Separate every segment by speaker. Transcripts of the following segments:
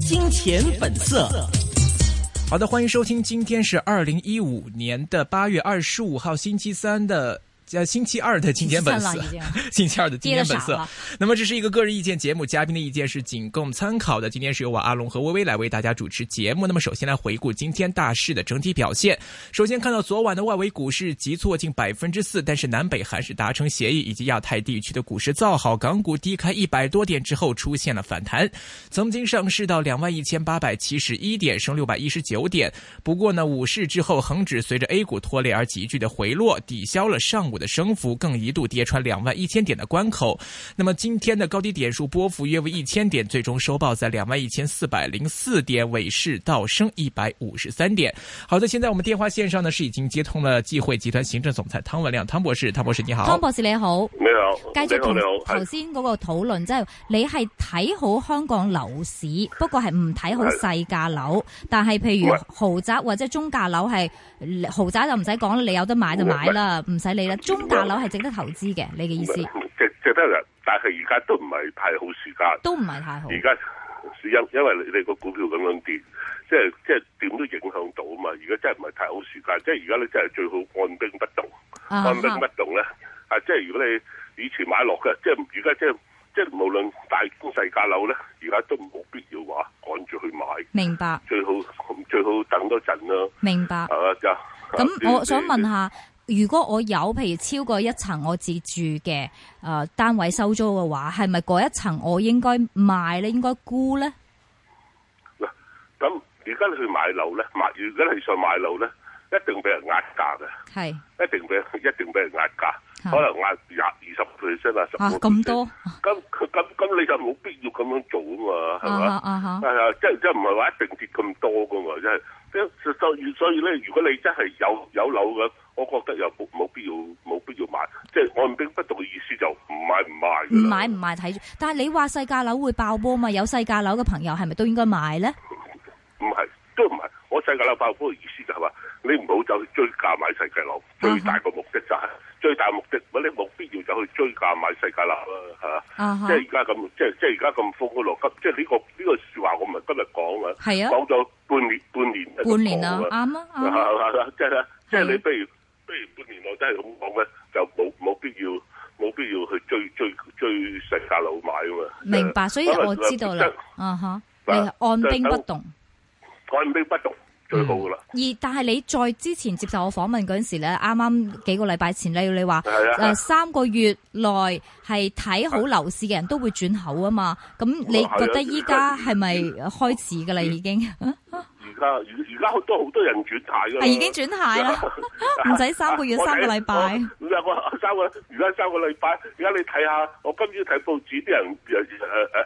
Speaker 1: 金钱本色。
Speaker 2: 好的，欢迎收听，今天是二零一五年的八月二十五号星期三的。呃，星期二的金钱本色
Speaker 3: 星期三了已，
Speaker 2: 星期二的金钱本
Speaker 3: 跌得
Speaker 2: 色
Speaker 3: 傻了。
Speaker 2: 那么这是一个个人意见节目，嘉宾的意见是仅供参考的。今天是由我阿龙和微微来为大家主持节目。那么首先来回顾今天大市的整体表现。首先看到昨晚的外围股市急挫近百分之四，但是南北韩是达成协议，以及亚太地区的股市造好，港股低开一百多点之后出现了反弹，曾经上市到两万一千八百七十一点，升六百一十九点。不过呢，午市之后，恒指随着 A 股拖累而急剧的回落，抵消了上午的升幅，更一度跌穿两万一千点的关口。那么今天的高低点数波幅约为一千点，最终收报在两万一千四百零四点，尾市倒升一百五十三点。好的，现在我们电话线上呢是已经接通了际会集团行政总裁汤文亮，汤博士，汤博士你好
Speaker 3: 湯。博士你好，
Speaker 4: 你好，
Speaker 3: 繼
Speaker 4: 你
Speaker 3: 續
Speaker 4: 好，
Speaker 3: 同
Speaker 4: 你好，
Speaker 3: 頭
Speaker 4: 係
Speaker 3: 先嗰個討論，即係你係睇好香港樓市，不過係唔睇好細價樓。但係譬
Speaker 4: 唔
Speaker 3: 如
Speaker 4: 係
Speaker 3: 豪宅或者中價樓係豪宅就唔使講啦，你有得買就買啦，唔使理啦。中價樓係值得投資嘅，你嘅意思
Speaker 4: 值值得嘅，但係而家都唔係太好時間。
Speaker 3: 都唔係太好。
Speaker 4: 而家因因為你你個股票咁樣跌，即係即係點都影響到啊嘛。而家真係唔係太好時間，即係而家你真係最好按兵不動，
Speaker 3: 啊
Speaker 4: 按兵不動咧啊！即係如果你以前買落嘅，即係而家即係即係無論大公細價樓咧，而家都冇必要話趕住去買，
Speaker 3: 明白
Speaker 4: 最好最好等多陣啦，
Speaker 3: 明白。
Speaker 4: 係嘛就啊
Speaker 3: 咁啊我想問
Speaker 4: 下。
Speaker 3: 下，如果我有譬如超過一層我自住嘅诶、呃、单位收租嘅話，係咪嗰一層我應該賣咧，應該沽咧？
Speaker 4: 嗱，咁而家你去買樓咧，買如果你想買樓咧，一定俾人壓價嘅，
Speaker 3: 係
Speaker 4: 一定俾一定俾人壓價，
Speaker 3: 嚇
Speaker 4: 可能壓廿二十 percent 啊，十
Speaker 3: 啊咁多。
Speaker 4: 咁佢咁咁你就冇必要咁樣做啊嘛，係
Speaker 3: 啊
Speaker 4: 嘛？
Speaker 3: 哈啊哈，
Speaker 4: 係啊，即係即係唔係話一定跌咁多噶嘛，即係即係所以所以咧，如果你真係有有樓嘅，我覺得又冇冇必要冇必要買，即係按兵不動嘅意思就唔買唔賣
Speaker 3: 唔
Speaker 4: 㗎啦
Speaker 3: 買唔賣睇住。但係你話細價樓會爆波嘛？有細價樓嘅朋友係咪都應該買咧？
Speaker 4: 唔係，都唔係。我世界樓爆股嘅意思就係話，你唔好走去追價買世界樓，
Speaker 3: 嗯
Speaker 4: 最大個目的就係、最大目的，你冇必要走去追價買世界樓啦，係嘛？
Speaker 3: 啊哈
Speaker 4: 即，係而家咁，即係即係而家咁風高浪急，即係呢、個呢、個説話我唔係今日講啊，
Speaker 3: 係啊，
Speaker 4: 講咗半年半年一直
Speaker 3: 半年啦
Speaker 4: 講，啊
Speaker 3: 啱啊，
Speaker 4: 係
Speaker 3: 啱啊，
Speaker 4: 係係即係即係
Speaker 3: 係
Speaker 4: 你不如不如半年內真係咁講咧，就冇冇必要冇必要去追追追世界樓買啊嘛。
Speaker 3: 明白。所以
Speaker 4: 可能
Speaker 3: 我知道啦
Speaker 4: 即係，
Speaker 3: 啊哈，你
Speaker 4: 嗱
Speaker 3: 按兵不動。
Speaker 4: 按兵不動最好噶啦。
Speaker 3: 而但係你再之前接受我訪問嗰陣時咧，啱啱幾個禮拜前咧，你話
Speaker 4: 係啊
Speaker 3: 嗯誒、
Speaker 4: 係啊
Speaker 3: 三個月內係睇好樓市嘅人都會轉口啊嘛。咁你
Speaker 4: 係啊啊
Speaker 3: 覺得依家係咪開始㗎啦？已經
Speaker 4: 而家而而家好多好多人轉態㗎
Speaker 3: 係
Speaker 4: 啦，
Speaker 3: 啊已經轉態啦， 唔使三個月
Speaker 4: 我睇
Speaker 3: 三個禮拜。
Speaker 4: 我我我三個而家三個禮拜，而家你睇下，我今朝睇報紙啲人誒誒誒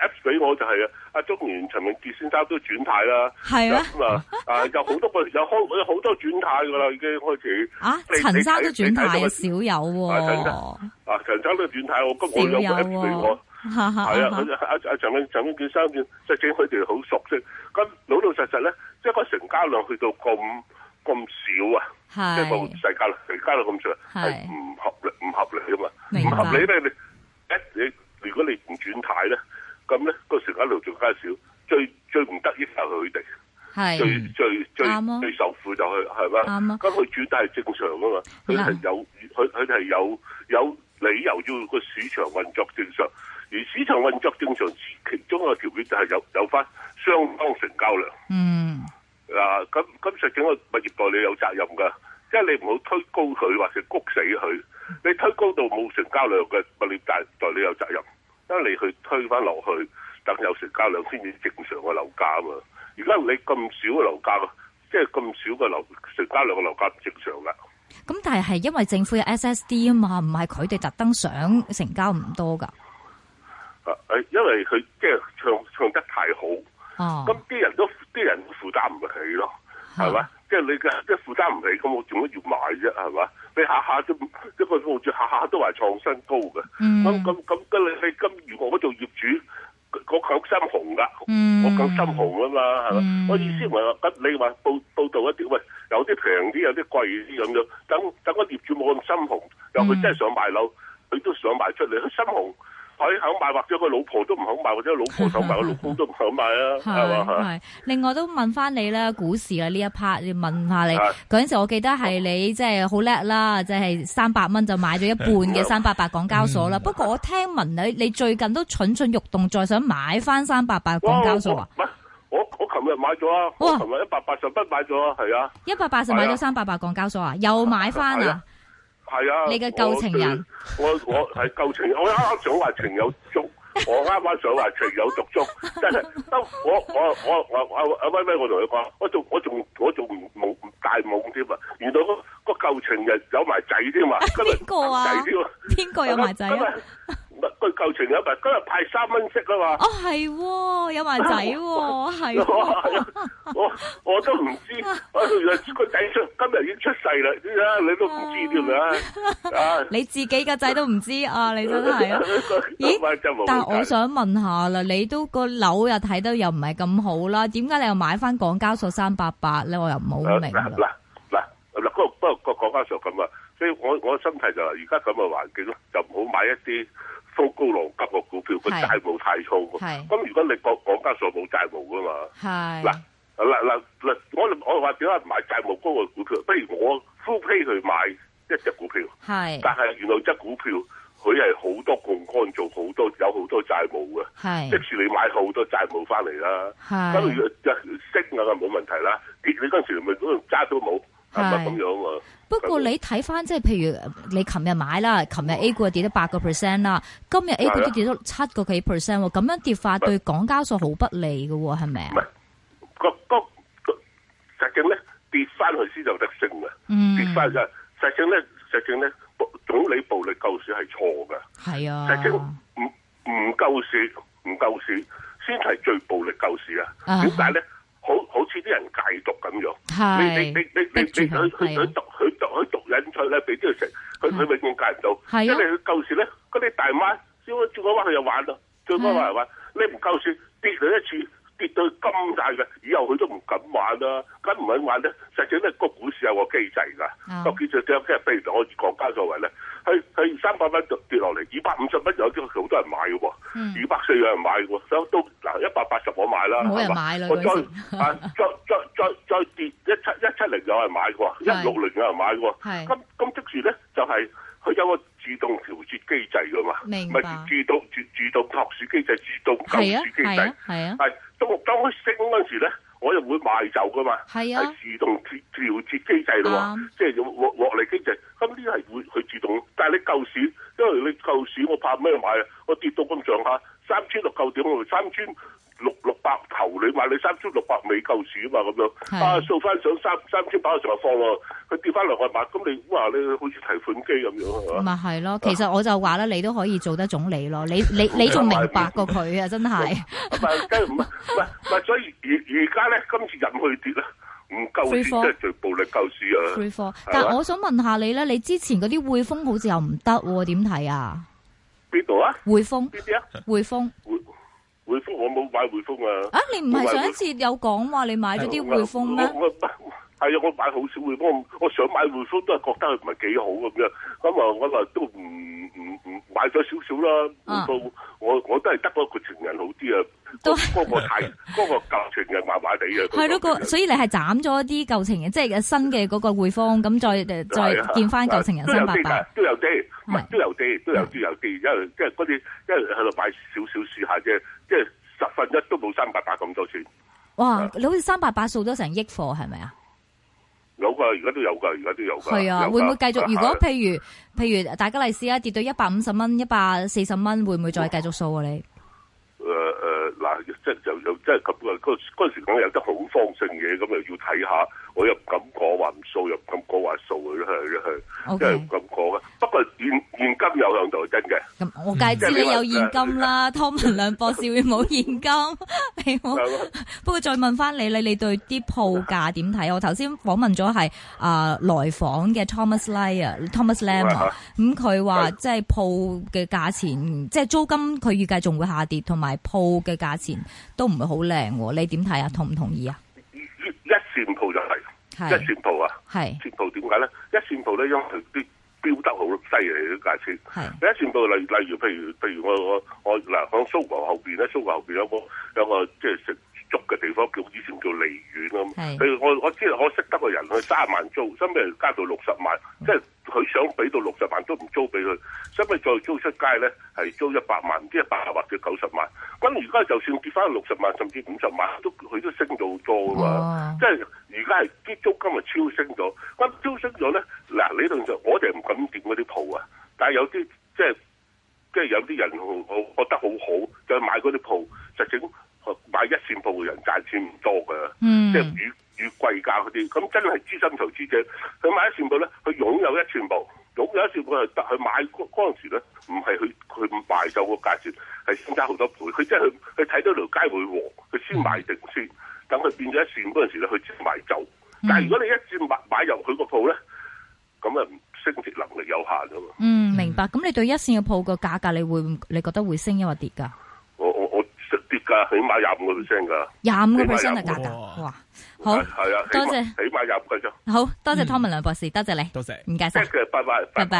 Speaker 4: Apps 俾我就係、啊，阿中原陳永傑先生都轉態啦。
Speaker 3: 係啊
Speaker 4: 咁啊啊有好多個有好有好多轉態㗎啦，已經開始
Speaker 3: 啊，
Speaker 4: 你
Speaker 3: 陳生
Speaker 4: 你睇
Speaker 3: 都轉
Speaker 4: 你睇到
Speaker 3: 態啊
Speaker 4: 個
Speaker 3: 少有喎、
Speaker 4: 啊陳啊陳生都轉態，我今
Speaker 3: 少
Speaker 4: 我有個
Speaker 3: 有啊
Speaker 4: Apps 俾我
Speaker 3: 喎。哈哈
Speaker 4: 係啊，
Speaker 3: 哈
Speaker 4: 佢阿阿陳永陳永健三件，即係佢哋好熟悉。咁老老實實咧，即係個成交量去到咁咁少啊！即係冇
Speaker 3: 係
Speaker 4: 世界啦，世界啦咁上
Speaker 3: 係
Speaker 4: 係唔合理，唔合理啊嘛，
Speaker 3: 明
Speaker 4: 唔
Speaker 3: 白
Speaker 4: 合理咧，你一你如果你唔轉態咧，咁咧個成交量仲加少，最最唔得益就係佢哋，最
Speaker 3: 係
Speaker 4: 最最
Speaker 3: 啱啊
Speaker 4: 最受苦就係係嘛，
Speaker 3: 啱啊
Speaker 4: 咁佢轉態係正常啊嘛，佢係
Speaker 3: 嗱
Speaker 4: 有佢佢係有有理由要個市場運作正常，而市場運作正常其中一個條件就係有有翻相當成交量。
Speaker 3: 嗯
Speaker 4: 啊，咁咁實整個物業代理有責任㗎，即係你唔好推高佢或者谷死佢，你推高到冇成交量嘅物業代代理有責任，因為你去推翻落去，等有成交量先至正常嘅樓價啊嘛。而家你咁少嘅樓價，即係咁少嘅樓成交量嘅樓價唔正常㗎。
Speaker 3: 咁但係係因為政府有 SSD 啊嘛，唔係佢哋特登想成交唔多㗎。
Speaker 4: 啊，誒，因為佢即係唱唱得太好，
Speaker 3: 哦，
Speaker 4: 咁啲人都啲人都負擔唔起咯。係
Speaker 3: 啊
Speaker 4: 嘛？即係你嘅即係負擔唔起，咁我做乜要買啫？係嘛？你下下都一個報紙下下都話創新高嘅，
Speaker 3: 嗯
Speaker 4: 咁咁咁跟你你今如我做業主，我夠心紅噶，
Speaker 3: 嗯
Speaker 4: 我夠心紅啊嘛，係嘛？
Speaker 3: 嗯
Speaker 4: 我意思唔係話咁你話報報道一啲喂，有啲平啲，有啲貴啲咁樣，
Speaker 3: 嗯
Speaker 4: 等等個業主冇咁心紅，又佢真係想買樓，佢都想賣出嚟，佢心紅。佢肯買，或者個老婆都唔肯買，或者老婆想買，個老公都唔肯買啊，係嘛嚇？
Speaker 3: 係係。另外都問翻你啦，股市啦呢一 part，你問下你
Speaker 4: 係
Speaker 3: 嗰陣時，我記得係你即係好叻啦，即係三百蚊就買咗一半 嘅三八八港交所
Speaker 4: 嗯
Speaker 3: 啦。不過我聽聞你你最近都蠢蠢欲動，再想買翻三八八
Speaker 4: 哇
Speaker 3: 港交所啊？
Speaker 4: 我我唔係，我我琴日買咗啊，我
Speaker 3: 哇
Speaker 4: 琴日一百八十蚊買咗啊，係啊，
Speaker 3: 一百八十
Speaker 4: 係啊
Speaker 3: 買咗三八八港交所啊？又買翻啊
Speaker 4: 係啊？係啊。
Speaker 3: 你嘅舊情人
Speaker 4: 我對，我我係舊情人，我啱啱想話情有 足。我啱啱想話情有獨鍾，真係得我我我我我阿威威，我同佢講，我仲我仲我仲夢大夢添啊！原來個個舊情人有埋仔添 啊！今日
Speaker 3: 邊個啊
Speaker 4: 仔添啊！
Speaker 3: 邊個有埋仔啊？
Speaker 4: 今日？唔係佢舊情有埋，今日派三蚊息啊嘛！
Speaker 3: 哦，係喎，有埋仔喎，哦 係喎。
Speaker 4: 我我我都唔知，
Speaker 3: 啊
Speaker 4: 我原來個仔出今日已經出世啦，知啦，你都唔知添啦，啊！
Speaker 3: 你自己嘅仔都唔知啊！你真哦係 啊！咦
Speaker 4: 喂真係冇
Speaker 3: 但
Speaker 4: 計
Speaker 3: 我想問下啦，你都個樓又睇得又唔係咁好啦，點解你又買翻港交所三八八咧？我又唔好明啊
Speaker 4: 啊嗱
Speaker 3: 啦。
Speaker 4: 嗱嗱嗱，嗰個不過個國家上咁啊，所以我我心態就係而家咁嘅環境咯，就唔好買一啲風高浪急嘅股票，個
Speaker 3: 係
Speaker 4: 債務太重。
Speaker 3: 係
Speaker 4: 咁如果你國港交所冇債務
Speaker 3: 係
Speaker 4: 啊噶嘛？嗱嗱嗱嗱，我我話點解唔買債務高嘅股票？不如我 full pay 去買一隻股票，
Speaker 3: 係
Speaker 4: 但係原來隻股票佢係好多槓桿，做好多有好多債務嘅，即
Speaker 3: 係
Speaker 4: 使你買好多債務翻嚟啦。咁如
Speaker 3: 嗯係。
Speaker 4: 果就升啊，咁冇問題啦。跌你嗰陣時咪嗰度揸都冇，係咪
Speaker 3: 係
Speaker 4: 咁樣啊？哦
Speaker 3: 不過你睇翻即係譬如你琴日買啦，琴日 A 股跌咗八個 percent 啦，今日
Speaker 4: 啊
Speaker 3: A 股都跌咗七個幾 percent 喎，咁樣跌法對港交所好不利嘅喎，係咪啊
Speaker 4: 唔？係個個個實證咧跌翻去先有得升啊！
Speaker 3: 嗯，
Speaker 4: 跌翻就實證咧，實證咧，部總理暴力救市係錯嘅。
Speaker 3: 係
Speaker 4: 實證
Speaker 3: 啊，
Speaker 4: 唔唔夠市，唔夠市先係最暴力救市
Speaker 3: 啊
Speaker 4: 啊！點解咧？好好似啲人戒毒咁樣。你你
Speaker 3: 係啊
Speaker 4: 你你你
Speaker 3: 逼住
Speaker 4: 你佢
Speaker 3: 佢，
Speaker 4: 佢
Speaker 3: 係
Speaker 4: 佢
Speaker 3: 啊，
Speaker 4: 毒佢毒佢毒癮菜咧，俾啲佢食，佢佢永遠戒唔
Speaker 3: 係啊
Speaker 4: 到。因為佢舊時咧，嗰啲大媽燒咗轉個彎佢又玩咯，轉個彎又玩。你唔夠算跌佢一次，跌到咁大嘅，以後佢都唔敢玩啦。咁唔肯玩咧，實際咧個股市有個機制
Speaker 3: 啊
Speaker 4: 㗎。個機制即係譬如我以港交所為咧，佢佢三百蚊就跌落嚟，二百五十蚊有啲好多人買嘅喎，
Speaker 3: 嗯
Speaker 4: 二百四有人買嘅喎，都都嗱一百八十我買啦，
Speaker 3: 冇人
Speaker 4: 係嘛
Speaker 3: 買啦
Speaker 4: 我
Speaker 3: 嗰
Speaker 4: 再
Speaker 3: 陣時
Speaker 4: 啊，再再再再跌一七一七零有人買喎，一六零有人買喎。
Speaker 3: 係
Speaker 4: 咁咁即時咧，就係、佢有個自動調節機制噶嘛，
Speaker 3: 明
Speaker 4: 咪
Speaker 3: 白
Speaker 4: 自動自自動托市機制、自動救
Speaker 3: 係啊
Speaker 4: 市機制。
Speaker 3: 係啊
Speaker 4: 係
Speaker 3: 係啊，
Speaker 4: 當當佢升嗰陣時咧，我又會賣走噶嘛。
Speaker 3: 係啊
Speaker 4: 自動調調節機制咯喎
Speaker 3: 啱，
Speaker 4: 即係獲獲利機制。咁呢啲係會佢自動，但係你救市，因為你救市，我怕咩買啊？我跌到咁上下三千六夠點，我咪三千六六百頭你買，你三千六百尾救市啊嘛咁樣。
Speaker 3: 係
Speaker 4: 啊，掃翻上三三千八嘅時候放喎，佢跌翻落去買，咁你哇，你好似提款機咁啊樣係嘛？
Speaker 3: 咪係咯，其實我就話啦，你都可以做得總理咯，你 你你仲明白過佢啊，真係
Speaker 4: 咁啊，梗係唔係唔係唔係，所以而而家咧，今次入去跌咧，唔夠跌
Speaker 3: 恢復
Speaker 4: 即係最暴力救市啊！
Speaker 3: free fall。但我想問下你咧，你之前嗰啲匯豐好似又唔得喎，點睇啊？
Speaker 4: 邊度啊？
Speaker 3: 匯 豐
Speaker 4: 邊啲啊？
Speaker 3: 匯豐
Speaker 4: 匯匯豐我冇買匯豐啊。
Speaker 3: 啊，你唔係上一次啊有講話你買咗啲匯豐咩？
Speaker 4: 我我係啊，我買好少匯豐，我我想買匯豐都係覺得佢唔係幾好咁樣，咁啊我話都唔唔唔買咗少少啦，
Speaker 3: 啊
Speaker 4: 匯豐我我都係得嗰個情人好啲啊，
Speaker 3: 都
Speaker 4: 嗰個太嗰個舊情人麻麻地啊，嗰個
Speaker 3: 係咯，
Speaker 4: 情
Speaker 3: 個
Speaker 4: 人
Speaker 3: 所以你係斬咗啲舊情人，即係新嘅嗰個匯豐，咁再
Speaker 4: 係啊
Speaker 3: 再見翻舊情人
Speaker 4: 都有
Speaker 3: 三八
Speaker 4: 啲
Speaker 3: 八
Speaker 4: 㗎。都有啲，唔
Speaker 3: 係
Speaker 4: 係都有啲，都有
Speaker 3: 嗯
Speaker 4: 啲有啲，因為即係嗰啲，因為喺度買少少試下啫，即係十分一都冇三百八咁多錢，啊
Speaker 3: 哇，你好似三八八掃咗成億貨係咪啊？
Speaker 4: 有㗎，而家都有㗎，而家都有㗎。
Speaker 3: 係啊，
Speaker 4: 有㗎
Speaker 3: 會唔會繼續？如
Speaker 4: 係
Speaker 3: 果
Speaker 4: 啊
Speaker 3: 譬如譬如大家利是啊，跌到一百五十蚊、一百四十蚊，會唔會再繼續掃啊？你
Speaker 4: 誒誒呃嗱，即係就就即係咁嘅，嗰嗰陣時講有啲恐慌性嘢，咁又要睇下，我又唔敢講話唔掃，又唔敢講話掃佢去去，
Speaker 3: OK
Speaker 4: 即係唔敢講啊。不過現現金有向度真嘅，
Speaker 3: 咁我梗係知你有現金啦，湯文亮博士會冇現金， 你冇。
Speaker 4: 係嘛
Speaker 3: 不過再問翻你咧，你對啲鋪價點睇？我頭先訪問咗係啊來訪嘅 Thomas Lam 啊，Thomas Lam 啊，咁佢話
Speaker 4: 係
Speaker 3: 即係鋪嘅價錢，即係租金佢預計仲會下跌，同埋鋪嘅價錢都唔會好靚喎。你點睇啊？同唔同意啊？
Speaker 4: 一一線鋪就係一
Speaker 3: 係
Speaker 4: 線鋪啊，
Speaker 3: 係
Speaker 4: 一線鋪點解咧？一線鋪咧，因為啲飆得好犀利啲價錢。
Speaker 3: 係
Speaker 4: 你一全部例例如譬如譬如我我我嗱響蘇豪後邊咧，蘇豪後邊有個有個即係食粥嘅地方叫以前叫利苑咁。
Speaker 3: 係
Speaker 4: 佢我我知道我識得個人去三十萬租，收尾加到六十萬，即係佢想俾到六十萬都唔租俾佢，收尾再租出街咧係租一百萬，唔知一百或者九十萬。咁而家就算跌翻六十萬甚至五十萬，都佢都升到好多㗎嘛。
Speaker 3: 哦
Speaker 4: 即，係而家係啲租金咪超升咗，咁超升咗咧，嗱理論上我哋唔敢掂嗰啲鋪啊，但係有啲即係即係有啲人我我覺得好好，就買嗰啲鋪，實情買一線鋪嘅人賺錢唔多㗎。
Speaker 3: 嗯
Speaker 4: 即係與與貴價嗰啲，咁真係資深投資者，佢買一全部咧，佢擁有一全部，擁有一全部係得佢買嗰嗰陣時咧，唔係佢佢賣就個價錢係相差好多倍，佢即係佢佢睇到條街會旺，佢先買定先，等佢變咗一線嗰陣時咧，佢先買走。但係如果你一線買買入佢個鋪咧，咁啊升值能力有限啊嘛。
Speaker 3: 嗯，明白。咁你對一線嘅鋪個價格，你會唔你覺得會升抑或跌㗎？
Speaker 4: 我我我跌㗎，起碼廿五個 percent 㗎。
Speaker 3: 廿五個
Speaker 4: 起碼
Speaker 3: percent 嘅
Speaker 4: 有
Speaker 3: 價
Speaker 2: 喎
Speaker 3: 格，哇！好
Speaker 4: 係係啊，起
Speaker 3: 多
Speaker 4: 碼
Speaker 3: 謝
Speaker 4: 起碼廿五個啫。
Speaker 3: 好多謝
Speaker 2: 嗯
Speaker 3: Thomas 梁博士，多謝你，
Speaker 2: 多謝。
Speaker 3: 唔該晒
Speaker 4: 即，係拜拜，
Speaker 3: 拜拜。